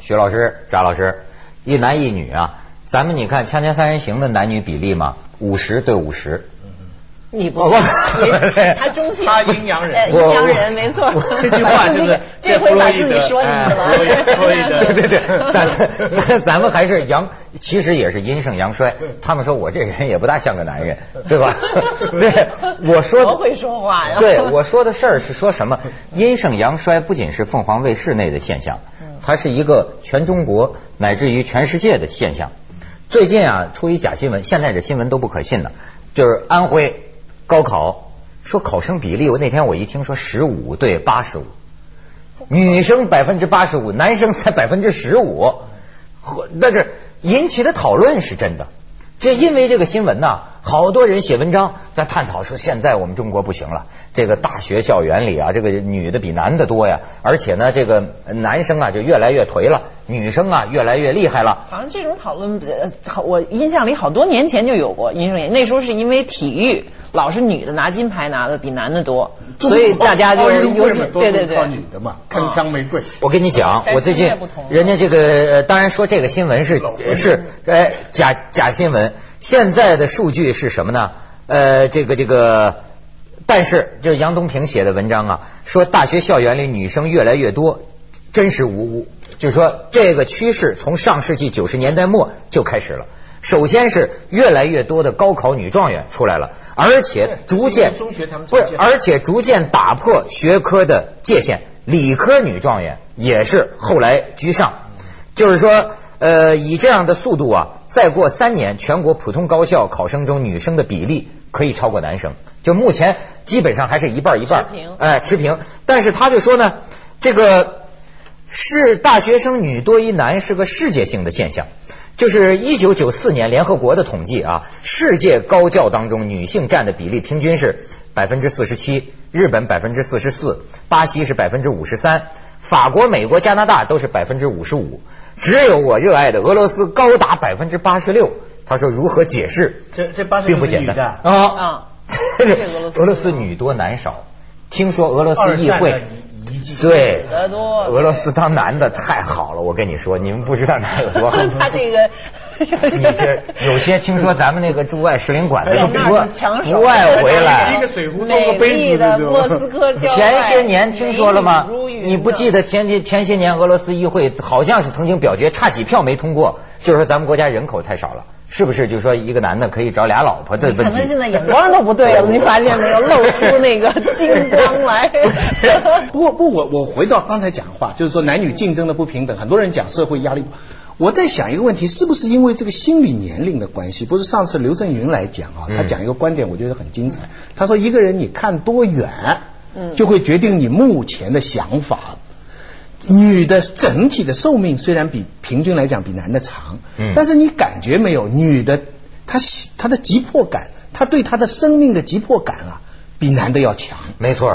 徐老师、张老师，一男一女啊，咱们你看《锵锵三人行》的男女比例嘛，五十对五十。你不我是我你他中性，他阴阳人哎我阴阳人没错我。这句话 真的这回把自己说进去哎弗洛伊德了。弗洛伊德对对对，咱咱咱们还是 阳，其实也是阴盛阳衰。他们说我这人也不大像个男人，对吧？ 对，我 说的多会说话呀 对，我说的事儿是说什么？阴盛阳衰不仅是凤凰卫视内的现象，嗯它是一个全中国乃至于全世界的现象。最近啊，出一假新闻，现在这新闻都不可信了，就是安徽高考说考生比例，我那天我一听说十五对八十五。女生百分之八十五，男生才百分之十五，呵但是引起的讨论是真的。这因为这个新闻呐、好多人写文章在探讨说，现在我们中国不行了，这个大学校园里啊，这个女的比男的多呀，而且呢，这个男生啊就越来越颓了，女生啊越来越厉害了。好像这种讨论，呃好，我印象里好多年前就有过。因为那时候是因为体育老是女的拿金牌拿的比男的多，所以大家就奥是运尤会其嘛都对是对靠对女，的嘛，铿锵玫瑰。我跟你讲，但是我最现近在不同了人家这个呃当然说这个新闻是老婚是呃假假新闻，现在的数据是什么呢？呃，这个这个，但是就是杨东平写的文章啊，说大学校园里女生越来越多，真实无误。就是说这个趋势从上世纪九十年代末就开始了。首先是越来越多的高考女状元出来了，而且逐渐对中学他们不中是学，而且逐渐打破学科的界限，理科女状元也是后来居上。就是说，呃，以这样的速度啊，再过三年，全国普通高校考生中女生的比例可以超过男生。就目前基本上还是一半儿一半儿，持平哎、持平。但是他就说呢，这个是大学生女多于男是个世界性的现象。就是一九九四年联合国的统计啊，世界高教当中女性占的比例平均是百分之四十七，日本百分之四十四，巴西是百分之五十三，法国、美国、加拿大都是百分之五十五，只有我热爱的俄罗斯高达百分之八十六。他说如何解释？这这八十并不六是简女单的啊啊，啊 俄罗斯女多男少，听说俄罗斯议二战会的遗迹对女的多俄罗斯当男的太好了，我跟你说，你们不知道那有 多好。 他这个你这有些听说咱们那个驻外使领馆的 哎就呦不那是抢手不爱回 一个来。水壶弄美个杯丽子，的对莫吧斯科郊外前些年听说了吗美女如？云你不记得前前前些年俄罗斯议会好像是曾经表决差几票没通过，就是说咱们国家人口太少了，是不是？就说一个男的可以找俩老婆的可问能题现。在眼光都不对了，你发现没有？露出 那个金光来。 不过不过我我回到刚才讲的话，就是说男女竞争的不平等，很多人讲社会压力。我在想一个问题，是不是因为这个心理年龄的关系？不是上次刘震云来讲啊，他讲一个观点，我觉得很精彩。他说一个人你看多远，就会决定你目前的想法。女的整体的寿命虽然比平均来讲比男的长，嗯但是你感觉没有，女的她喜她的急迫感，她对她的生命的急迫感啊，比男的要强。没错，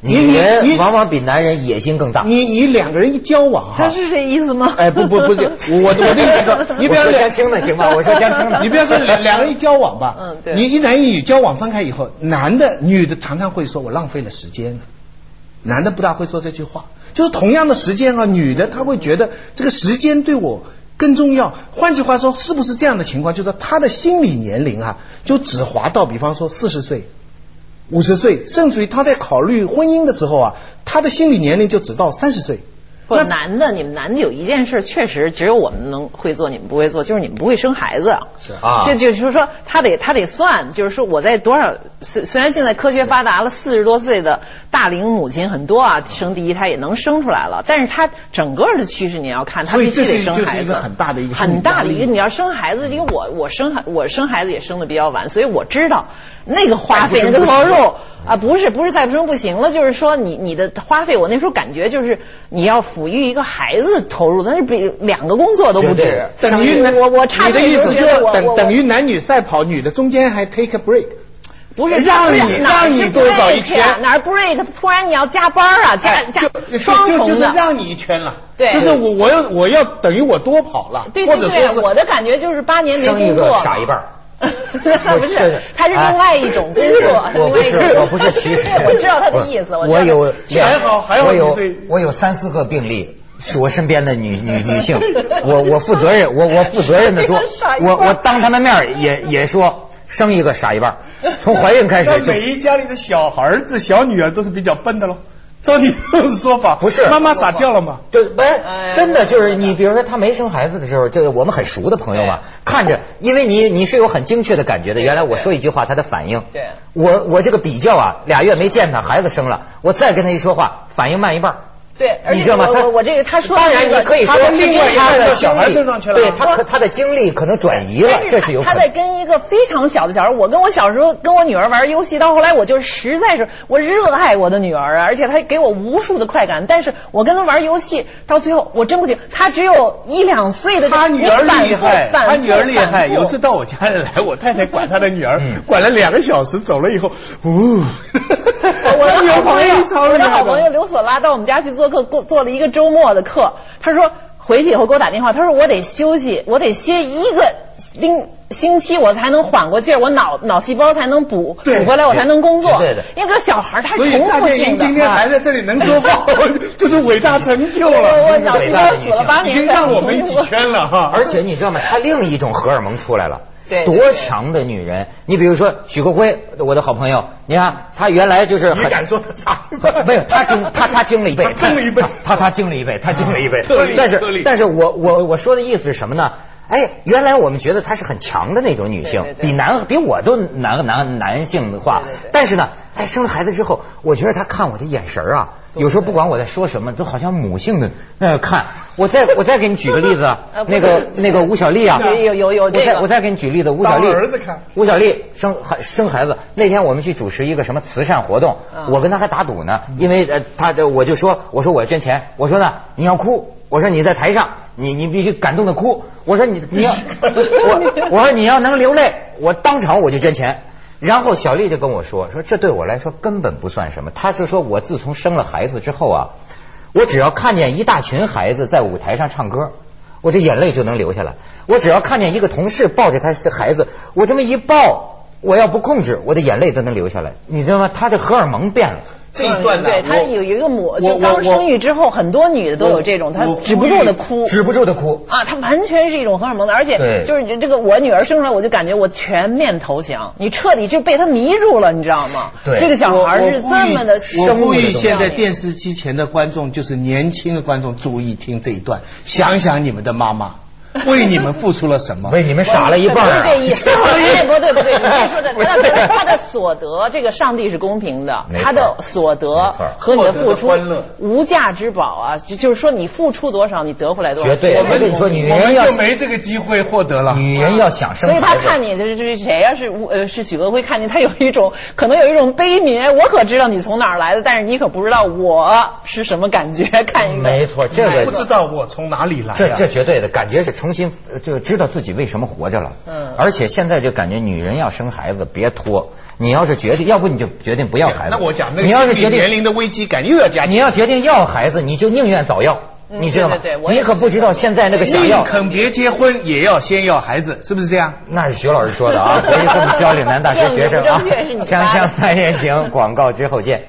你女你人你往往比男人野心更大。你你两个人一交往 哈、他是这意思吗？哎，不不 不是，我我的意思是，你我比方说说江青的行吗？我说江青的， 你不要说 两两个人一交往吧，嗯对你一男一女交往分开以后，男的女的常常会说我浪费了时间了，男的不大会说这句话，就是同样的时间啊，女的她会觉得这个时间对我。更重要，换句话说，是不是这样的情况？就是她的心理年龄啊，就只滑到比方说四十岁、五十岁，甚至于她在考虑婚姻的时候啊，她的心理年龄就只到三十岁。不，男的，你们男的有一件事确实只有我们能会做，你们不会做，就是你们不会生孩子。是啊这就是说，他得他得算，就是说我在多少虽虽然现在科学发达了，四十多岁的大龄母亲很多啊，生第一胎也能生出来了，但是他整个的趋势你要看，他所以必须这得是生就是孩一子，个很大的一个啊心理很大的一压个，力你要生孩子，因为我我生孩我生孩子也生的比较晚，所以我知道那个花费再那不个生不投行入。啊，不是不是再不生不行了，就是说你你的花费，我那时候感觉就是你要抚育一个孩子投入，那是比两个工作都不绝止对。等于男我我差你的点意思就觉就得我等我等于男女赛跑，女的中间还 take a break，不是让你不是啊让哪儿是你多少一 break 呀圈哪儿 break？突然你要加班啊，加哎加就双就就重是的。让你一圈了，对就是我我要我要等于我多跑了，对或对者说是对，我的感觉就是八年没生一工作个嘛，傻一半儿。 这不是个，他是另外一种工这作个。我不哎是另外一种，我不是 歧视我知道他的意思。我知道有还好还好我你有是我有三四个病例。是我身边的女女女 性，我我负责任，我我负责任的说，我我当他们面儿也也说生一个傻一 半儿，从怀孕开始那就每一家里的小儿子、小女儿都是比较笨的喽。照你这种说法，不是妈妈傻掉了吗？对，不是哎真的就是你，比如说他没生孩子的时候，就是我们很熟的朋友嘛，看着，因为你你是有很精确的感觉的。原来我说一句话，他的反应，对我我这个比较啊，俩月没见他，孩子生了，我再跟他一说话，反应慢一半儿。对，而你知且道吗？我他我我这个他说的当然那你个可以说他跟另外一他半的到小孩精力身上去了对他可他的精力可能转移但了，是这是有他可在能。跟一个非常小的小孩，我跟我小时候跟我女儿玩游戏，到后来我就实在是我热爱我的女儿啊，而且她给我无数的快感。但是我跟她玩游戏到最后我真不行，她只有一两岁 的这他个女儿你反复厉害，反复他女儿厉害。反复有一次到我家里来，我太太管他的女儿嗯， 管了两个小时，走了以后，呜， 我 的好朋友非，常我厉的好害朋友刘索拉到我们家去做客，过做了一个周末的课。他说回去以后给我打电话，他说我得休息，我得歇一个星星期，我才能缓过劲儿，我脑脑细胞才能补补对回来，我才能工作。对的因为这小孩儿他所是以重蔡复建性啊英的。今天还在这里能说话， 就是伟大成就了。我我脑细胞死了八已年，经让我们几圈了哈。而且你知道吗？他另一种荷尔蒙出来了。对对多强的女人！你比如说许国辉，我的好朋友，你看他原来就是你很啊敢说他傻？没有，他经他他经了一倍，他经了一倍他他他经了一倍，他经了一倍特例。但特是例但是我我我说的意思是什么呢？哎，原来我们觉得她是很强的那种女性对，对对比男比我都男男男性化对对对。但是呢，哎，生了孩子之后，我觉得她看我的眼神啊，有时候不管我在说什么，都好像母性的那看。我再我再给你举个例子啊呃，不那是个那个吴小莉啊，有有有有我这再个我再给你举例子，吴小莉当儿子看吴小莉生孩生孩子那天，我们去主持一个什么慈善活动，嗯我跟她还打赌呢，因为呃，她的我就说，我说我要捐钱，我说呢你要哭，我说你在台上，你你必须感动的哭，我说你 你要我我说你要能流泪，我当场我就捐钱。然后小丽就跟我说，说这对我来说根本不算什么。她是说我自从生了孩子之后啊，我只要看见一大群孩子在舞台上唱歌，我这眼泪就能流下来。我只要看见一个同事抱着他的孩子，我这么一抱，我要不控制，我的眼泪都能流下来。你知道吗？他这荷尔蒙变了。这一段呢，对，他我有一个母，我就刚生育之后，很多女的都有这种，她我止不住的哭。止不住的哭，啊，它完全是一种荷尔蒙的，而对且就是这个我女儿生出来，我就感觉我全面投降，你彻底就被她迷住了，你知道吗？对这个小孩是我我呼这吁么的我生物呼的吁东现在西电视机前的观众，就是年轻的观众，注意听这一段，想想你们的妈妈为你们付出了 什么。为你们傻了一半儿啊不 是这意思，哎，不对不对，你这说的，不是他的他的所得，这个上帝是公平的没，错他的所得没错和你的付出获得的欢乐，无价之宝啊，就就是说你付出多少，你得回来多少。绝对这我个跟你说，女我人们要就没这个机会获得了。啊女人要想生所以他孩子，看你就是就是谁要是吴呃是许国辉看见他有一种可能有一种悲悯，我可知道你从哪儿来的，但是你可不知道我是什么感觉。看一哎个没错，这不知个。道我从哪里来、啊，这这绝对的感觉是重新呃就知道自己为什么活着了，嗯而且现在就感觉女人要生孩子别拖，你要是决定，要不你就决定不要孩子，那我讲那个你要是心决理定年龄的危机感又要加哎你强。要决定要孩子，你就宁愿早要，嗯你知道吗？对对对我也你可不知道现在那个想宁要，肯别结婚，也要先要孩子，是不是这 样？那是徐老师说的啊，回去这么教岭南大学学生啊政治不正确是你，发锵的锵三人行，广告之后见。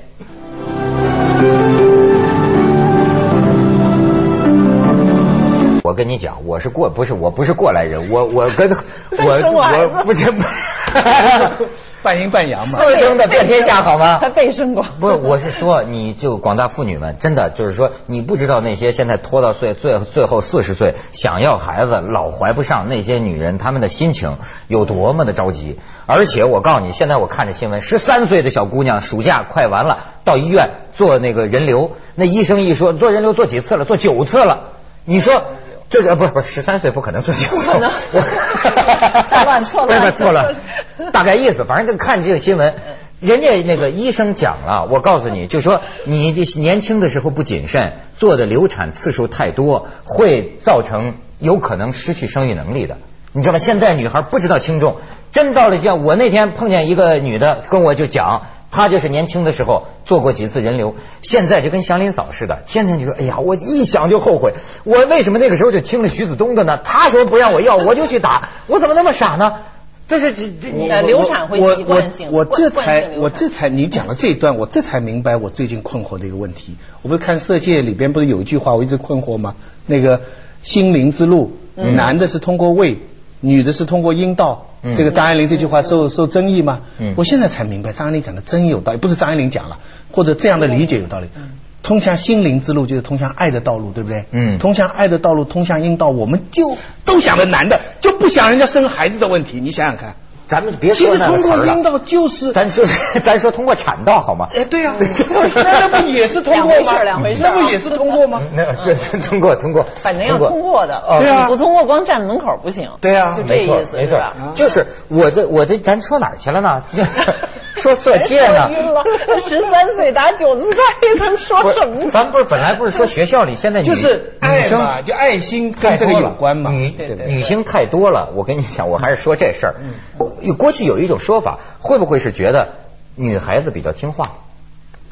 我跟你讲，我是过不是我不是过来人，我我跟 生过孩我子我不 是 半阴半阳嘛。私生的遍天下好吗？他被生过，不是，我是说，你就广大妇女们，真的就是说，你不知道那些现在拖到最最最后四十岁想要孩子老怀不上那些女人，她们的心情有多么的着急。而且我告诉你，现在我看着新闻，十三岁的小姑娘暑假快完了，到医院做那个人流，那医生一说做人流做几次了，做九次了，你说。这个不是不是十三岁不可能做九次，不可能我错乱 错乱不是不是错乱错，大概意思，反正就看这个新闻，人家那个医生讲了，我告诉你，就说你这年轻的时候不谨慎，做的流产次数太多，会造成有可能失去生育能力的。你知道吗？现在女孩不知道轻重，真到了这样。我那天碰见一个女的跟我就讲，她就是年轻的时候做过几次人流，现在就跟祥林嫂似的，天天就说：“哎呀，我一想就后悔，我为什么那个时候就听了徐子东的呢？他说不让我要，我就去打，我怎么那么傻呢？”这是这这你呃流产会习惯性我我我这惯惯性才流产我这才你讲了这一段，我这才明白我最近困惑的一个问题。我不是看《色戒》里边不是有一句话我一直困惑吗？那个心灵之路，嗯男的是通过胃，女的是通过阴道。嗯这个张爱玲这句话受受争议吗？嗯我现在才明白张爱玲讲的真有道理，不是张爱玲讲了，或者这样的理解有道理。嗯通向心灵之路就是通向爱的道路，对不对？嗯通向爱的道路，通向阴道，我们就都想着男的，就不想人家生孩子的问题。你想想看。咱们别其说实那个通词过儿了，阴道就是，咱 说咱说通过产道好吗？哎，对呀、啊，那那不也是通过两回事吗？儿两回事儿那啊嗯不也是通过吗？那这这通过通过，反正要通过的，哦对啊你不通过光站门口不行。对啊就这没错意，思没是错吧？，嗯就是我的我的，咱说哪儿去了呢？ 说色戒呢？晕了，哎十三岁打九次开，能不说是什么？咱不是本来不是说学校里现在女就是女爱生嘛，就爱心太跟这多个了有关嘛。女对对对女星太多了，我跟你讲，我还是说这事儿。嗯有过去有一种说法，会不会是觉得女孩子比较听话？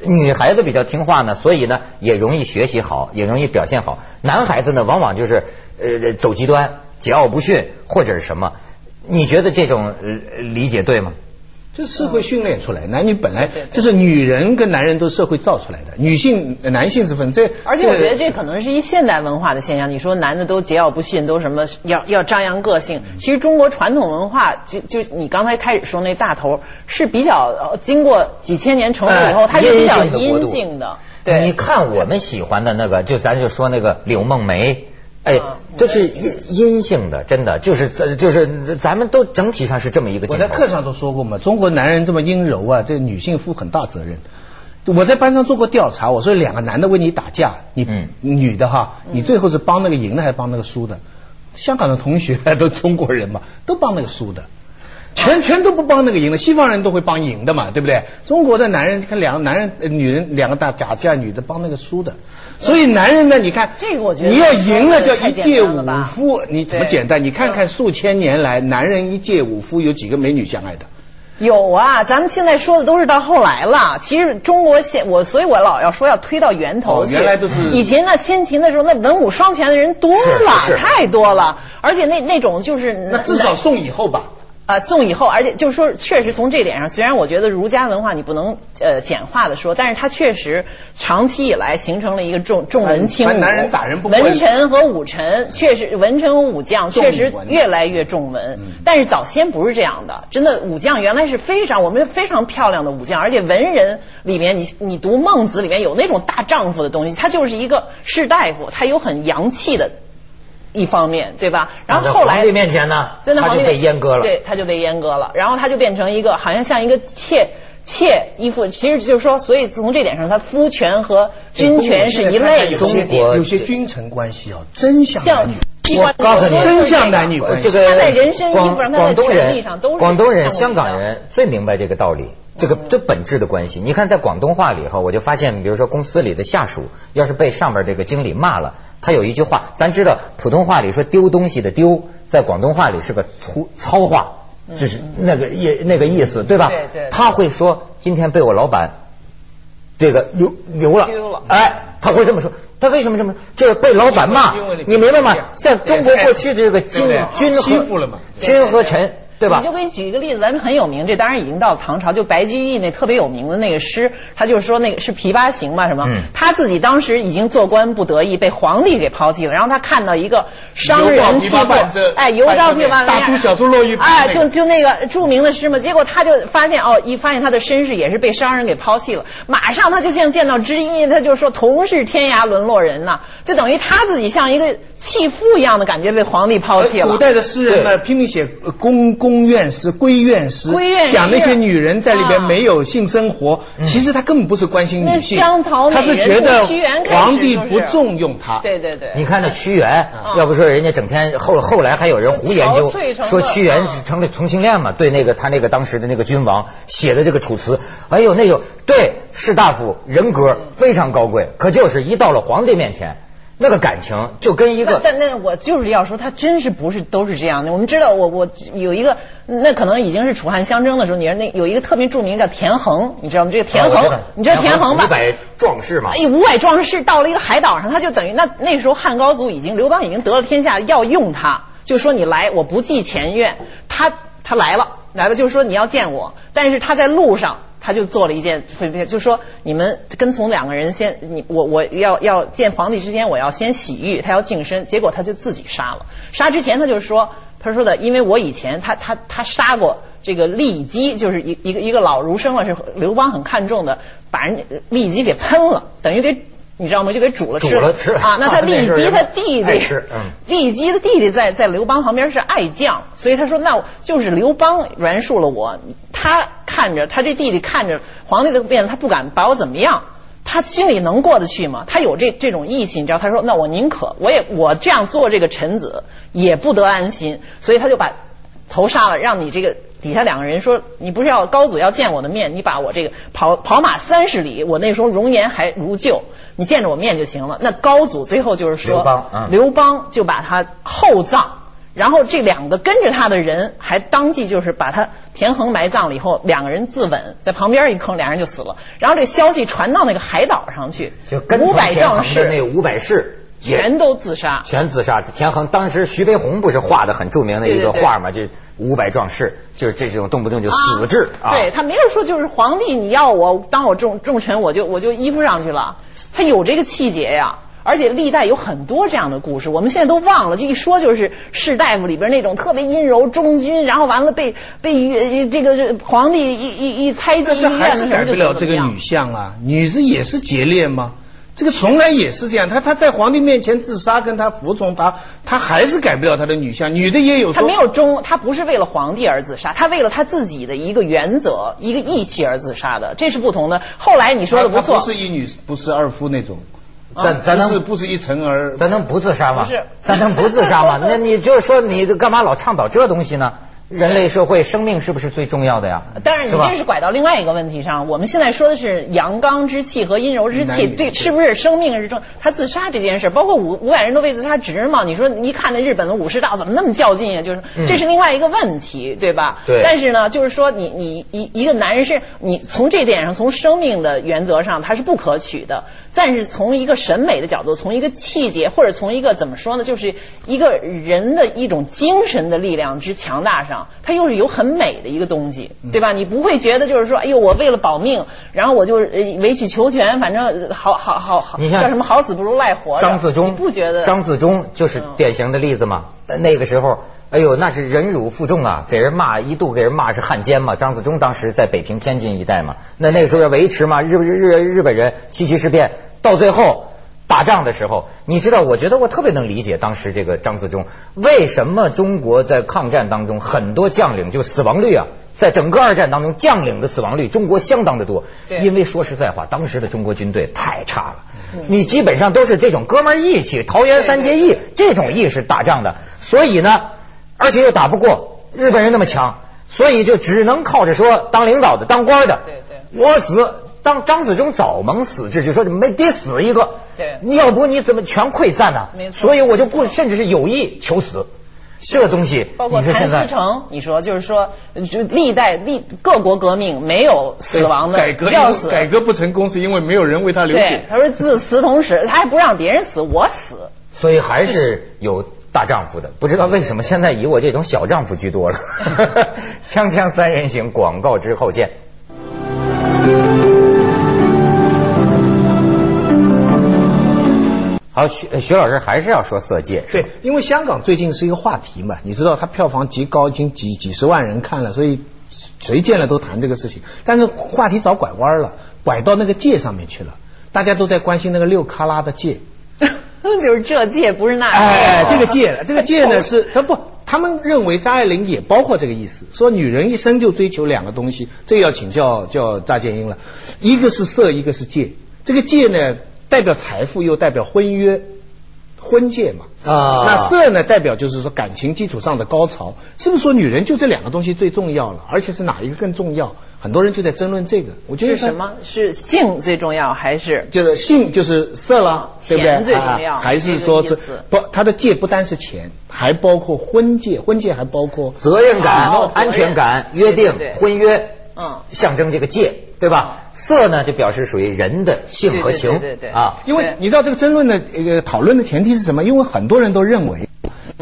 女孩子比较听话呢，所以呢也容易学习好，也容易表现好。男孩子呢，往往就是呃走极端，桀骜不驯或者是什么。你觉得这种呃理解对吗？这社会训练出来，男女本来对对对就是女人跟男人都是社会造出来的，女性呃男性是分这。而且我觉得这可能是一现代文化的现象。你说男的都桀骜不驯，都什么要要张扬个性。其实中国传统文化，就就你刚才开始说那大头是比较呃经过几千年成熟以后，哎它是比较阴性的国阴度性的。你对，看我们喜欢的那个，就咱就说那个柳梦梅，哎啊，这是阴阴性的，真的就是就是咱们都整体上是这么一个我镜在课头。上都说过嘛，中国男人这么阴柔啊，对女性负很大责任。我在班上做过调查，我说两个男的为你打架，你、嗯女的哈，嗯你最后是帮那个赢的还是帮那个输的？香港的同学 都中国人嘛，都帮那个输的，啊全全都不帮那个赢的。西方人都会帮赢的嘛，对不对？中国的男人看两个男人、呃女人两个打打架，女的帮那个输的。所以男人呢，你看这个我觉得你要赢了叫太一简介单了武吧夫，你怎么对简单？你看看数千年来，男人一介武夫有几个美女相爱的？有啊，咱们现在说的都是到后来了。其实中国现我，所以我老要说要推到源头哦去。原来都是以前那先秦的时候，那文武双全的人多是是了，是太多了。而且那那种就是那至少宋以后吧。呃，宋以后，而且就是说，确实从这点上，虽然我觉得儒家文化你不能呃简化的说，但是它确实长期以来形成了一个重重文轻把武，男人打人不管文臣和武臣确实文臣和武将重确实文嗯越来越重文，但是早先不是这样的，真的武将原来是非常我们非常漂亮的武将，而且文人里面你你读孟子里面有那种大丈夫的东西，他就是一个士大夫，他有很洋气的一方面，对吧？然后后那在来皇帝面前呢，真的他皇就帝被阉割了。对，他就被阉割了，然后他就变成一个好像像一个妾妾依附，其实就是说，所以从这点上，他夫权和君权是一类的中东中西。国国有些君臣关系哦，真相男像女，我告诉你真相男女关系。呃这个他在人身广衣服上他在广东权人利上都是广东人、相香互的嗯港人最明白这个道理，这个最本质的关系。你看，在广东话里头，我就发现，比如说公司里的下属，要是被上面这个经理骂了，他有一句话，咱知道普通话里说丢东西的丢，在广东话里是个粗糙话，就是那个意那个意思，对吧？嗯对对对他会说今天被我老板这个留留了，丢了哎，他会这么说。他为什么这么？就是被老板骂因为因为你，你明白吗这样？像中国过去的这个对不君对君和欺负了嘛君和臣，对吧你就？给你举一个例子，咱们很有名，这当然已经到唐朝，就白居易那特别有名的那个诗，他就说那个是《琵琶行》嘛，什么、嗯他自己当时已经做官不得意，被皇帝给抛弃了，然后他看到一个商人欺游负荡琵琶半遮，哎，游荡琵琶半遮大都小说落玉盘哎，那就个就那个著名的诗嘛，结果他就发现哦，一发现他的身世也是被商人给抛弃了，马上他就像见到知音，他就说同是天涯沦落人呐、就等于他自己像一个弃妇一样的感觉被皇帝抛哦弃了。呃古代的诗人呢，拼命写呃宫宫怨诗、闺怨诗，闺怨诗讲那些女人在里边啊嗯没有性生活，其实他根本不是关心女性，那香草美他人是觉得从屈原开始皇帝就是不重用他。对对对。你看那屈原，啊要不说人家整天后后来还有人胡研究憔悴成，了说屈原嗯成了同性恋嘛？对那个他那个当时的那个君王写的这个楚辞，哎呦那种对士大夫人格非常高贵，可就是一到了皇帝面前，那个感情就跟一那个但那我就是要说，他真是不是都是这样的。我们知道我，我有一个，那可能已经是楚汉相争的时候，你说那有一个特别著名叫田横，你知道吗？这个田啊我横，道你知道田横吧五？百壮士嘛，哎，五百壮士到了一个海岛上，他就等于那那时候汉高祖已经刘邦已经得了天下，要用他，就说你来，我不计前怨，他。他来了，来了就是说你要见我，但是他在路上他就做了一件分别，就是说你们跟从两个人先，你我我要要见皇帝之前，我要先洗浴，他要净身，结果他就自己杀了。杀之前他就说，他说的，因为我以前他他他杀过这个利基，就是一一个一个老儒生了，是刘邦很看重的，把人呃利基给喷了，等于给。你知道吗？就给煮了吃煮了吃啊！那他 那利时候基人他弟爱弟吃嗯，利基的弟弟在在刘邦旁边是爱将，所以他说那我就是刘邦袁术了我，他看着他这弟弟看着皇帝的面子，他不敢把我怎么样。他心里能过得去吗？他有这这种义气，你知道？他说：“那我宁可，我也我这样做这个臣子，也不得安心。”所以他就把头杀了，让你这个底下两个人说，你不是要高祖要见我的面，你把我这个跑跑马三十里，我那时候容颜还如旧，你见着我面就行了。那高祖最后就是说，刘邦嗯刘邦就把他厚葬。然后这两个跟着他的人还当即就是把他田横埋葬了以后，两个人自刎在旁边一坑，两人就死了。然后这消息传到那个海岛上去就，跟五从百田壮横的那士五百士也全都自杀。全自杀。田横当时徐悲鸿不是画的很著名的一个对对对画嘛，这五百壮士就是这种动不动就死志啊。对他没有说就是皇帝你要我当我重重臣我就我就依附上去了，他有这个气节呀。而且历代有很多这样的故事，我们现在都忘了，就一说就是士大夫里边那种特别阴柔忠君，然后完了被被呃这个这个皇帝一一一猜忌，但是还是一怨改的时不候就怎了么这个样女相啊，女子也是节烈嘛。这个从来也是这样，她她在皇帝面前自杀，跟她服从她，她还是改不了她的女相。女的也有他说没有忠，他不是为了皇帝而自杀，他为了他自己的一个原则、一个义气而自杀的，这是不同的。后来你说的她错，啊不是一女，不是二夫那种，咱咱不是能不是一臣而咱能不自杀吗？不是咱能不自杀吗？ 那你就是说你干嘛老倡导这东西呢？人类社会生命是不是最重要的呀？当然，你吧这是拐到另外一个问题上。我们现在说的是阳刚之气和阴柔之气，男女对，是不是生命之中？他自杀这件事，包括五五百人都为自杀值嘛？你说一看那日本的武士道怎么那么较劲呀？就是嗯这是另外一个问题，对吧？对但是呢，就是说你你一一个男人是你从这点上，从生命的原则上，他是不可取的。但是从一个审美的角度，从一个气节，或者从一个怎么说呢，就是一个人的一种精神的力量之强大上，它又是有很美的一个东西，嗯对吧？你不会觉得就是说，哎呦，我为了保命，然后我就呃委曲求全，反正呃好好好好，你像叫什么好死不如赖活着。张自你忠不觉得？张自忠就是典型的例子嘛。但那个时候，哎呦，那是忍辱负重啊，给人骂一度给人骂是汉奸嘛。张自忠当时在北平、天津一带嘛，那那个时候要维持嘛，日日日日本人七七事变到最后。打仗的时候，你知道，我觉得我特别能理解当时这个张自忠，为什么中国在抗战当中很多将领就死亡率啊，在整个二战当中将领的死亡率，中国相当的多，对因为。因为说实在话，当时的中国军队太差了，你基本上都是这种哥们儿义气、桃园三结义这种义是打仗的，所以呢，而且又打不过日本人那么强，所以就只能靠着说当领导的、当官的，对对我死。当张自忠早蒙死志，就说没得死一个，对你要不你怎么全溃散呢、没错所以我就故甚至是有意求死，这东西包括你说谭现在嗣成，你说就是说，就历代历各国革命没有死亡的，改革要死改革不成功是因为没有人为他流对血，。他说自死同时，他还不让别人死，我死。 所以还是有大丈夫的。不知道为什么现在以我这种小丈夫居多了。 锵锵三人行，广告之后见。好，徐呃徐老师还是要说色戒，是吧对，因为香港最近是一个话题嘛，你知道它票房极高，已经几几十万人看了，所以谁见了都谈这个事情。但是话题早拐弯了，拐到那个戒上面去了，大家都在关心那个六卡拉的戒。就是这届不是那届，哦哎，这个戒 了，这个戒呢是他不，他们认为张爱玲也包括这个意思，说女人一生就追求两个东西，这个要请教叫乍见英了，一个是色，一个是戒。这个戒呢，代表财富，又代表婚约。婚戒嘛，啊那色呢代表就是说感情基础上的高潮，是不是说女人就这两个东西最重要了？而且是哪一个更重要？很多人就在争论这个。我觉得是什么？是性最重要还是？就是性就是色了，对不对？钱最重要啊还是这说个意是思不？他的戒不单是钱，还包括婚戒，婚戒还包括责任感、啊哦责任安全感、约定、对对对婚约，嗯象征这个戒，对吧？色呢就表示属于人的性和情，对对对对对啊，因为对你知道这个争嗯论的呃讨论的前提是什么？因为很多人都认为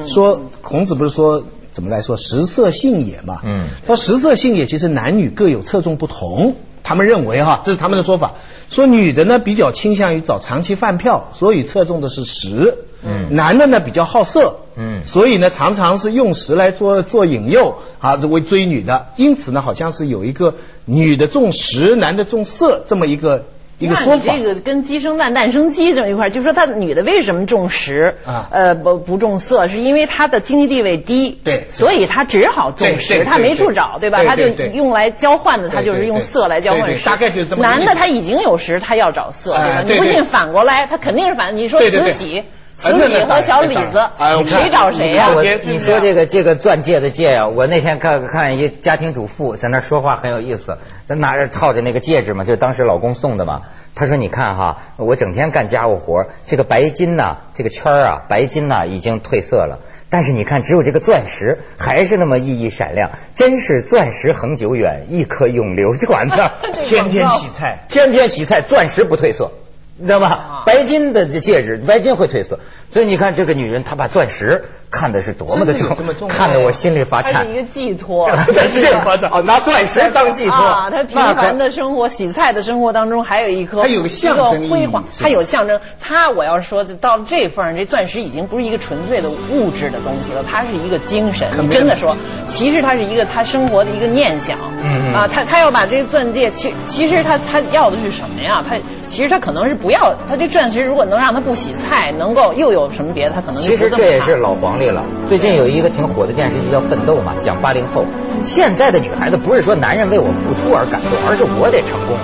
说孔子不是说。怎么来说食色性也嘛。嗯说食色性也，其实男女各有侧重不同。他们认为哈，这是他们的说法，说女的呢比较倾向于找长期饭票，所以侧重的是食。嗯男的呢比较好色。嗯所以呢常常是用食来做做引诱啊，为追女的。因此呢，好像是有一个女的重食，男的重色这么一个一个那说你法。这个跟鸡生蛋，蛋生鸡这么一块儿，就说她女的为什么重食，啊呃不不重色，是因为她的经济地位低，对所以她只好重对对食，对她没处找，对吧？对她就对对用来交换的，她就是对对用色来交对换对食。大概就是这么个意思男的他已经有食，他要找色，对吧？哎对你不对信反过来，他肯定是反。你说对对对慈禧，哎慈那禧那当和然小李那子当然哎我，看谁找谁呀看？我别这样你说这个这个钻戒的戒呀、我那天看看一家庭主妇在那儿说话很有意思，她拿着套着那个戒指嘛，就当时老公送的嘛。她说：“你看哈，我整天干家务活，这个白金呐、这个圈儿啊，白金呐、已经褪色了。但是你看，只有这个钻石还是那么熠熠闪亮，真是钻石恒久远，一颗永流传呐。天天洗菜，天天洗菜，钻石不褪色，你知道吧啊？白金的这戒指，白金会褪色，所以你看这个女人，她把钻石看的是多么的真的有重，这么重哎看得我心里发他颤。是一。个寄托 哦，拿钻石当寄托啊，他平凡那可的生活、洗菜的生活当中，还有一颗，它有象征意义一个辉煌，是吧它有象征。它我要说，就到了这份儿，这钻石已经不是一个纯粹的物质的东西了，它是一个精神。你真的说，其实它是一个他生活的一个念想。嗯嗯啊，他他要把这个钻戒，其其实他他要的是什么呀？他其实他可能是不要，他这钻石如果能让他不洗菜，能够又有什么别的，他可能就其实不这么也看是老黄历了。最近有一个挺火的电视剧叫《奋斗》嘛，讲八零后。现在的女孩子不是说男人为我付出而感动，而是我得成功。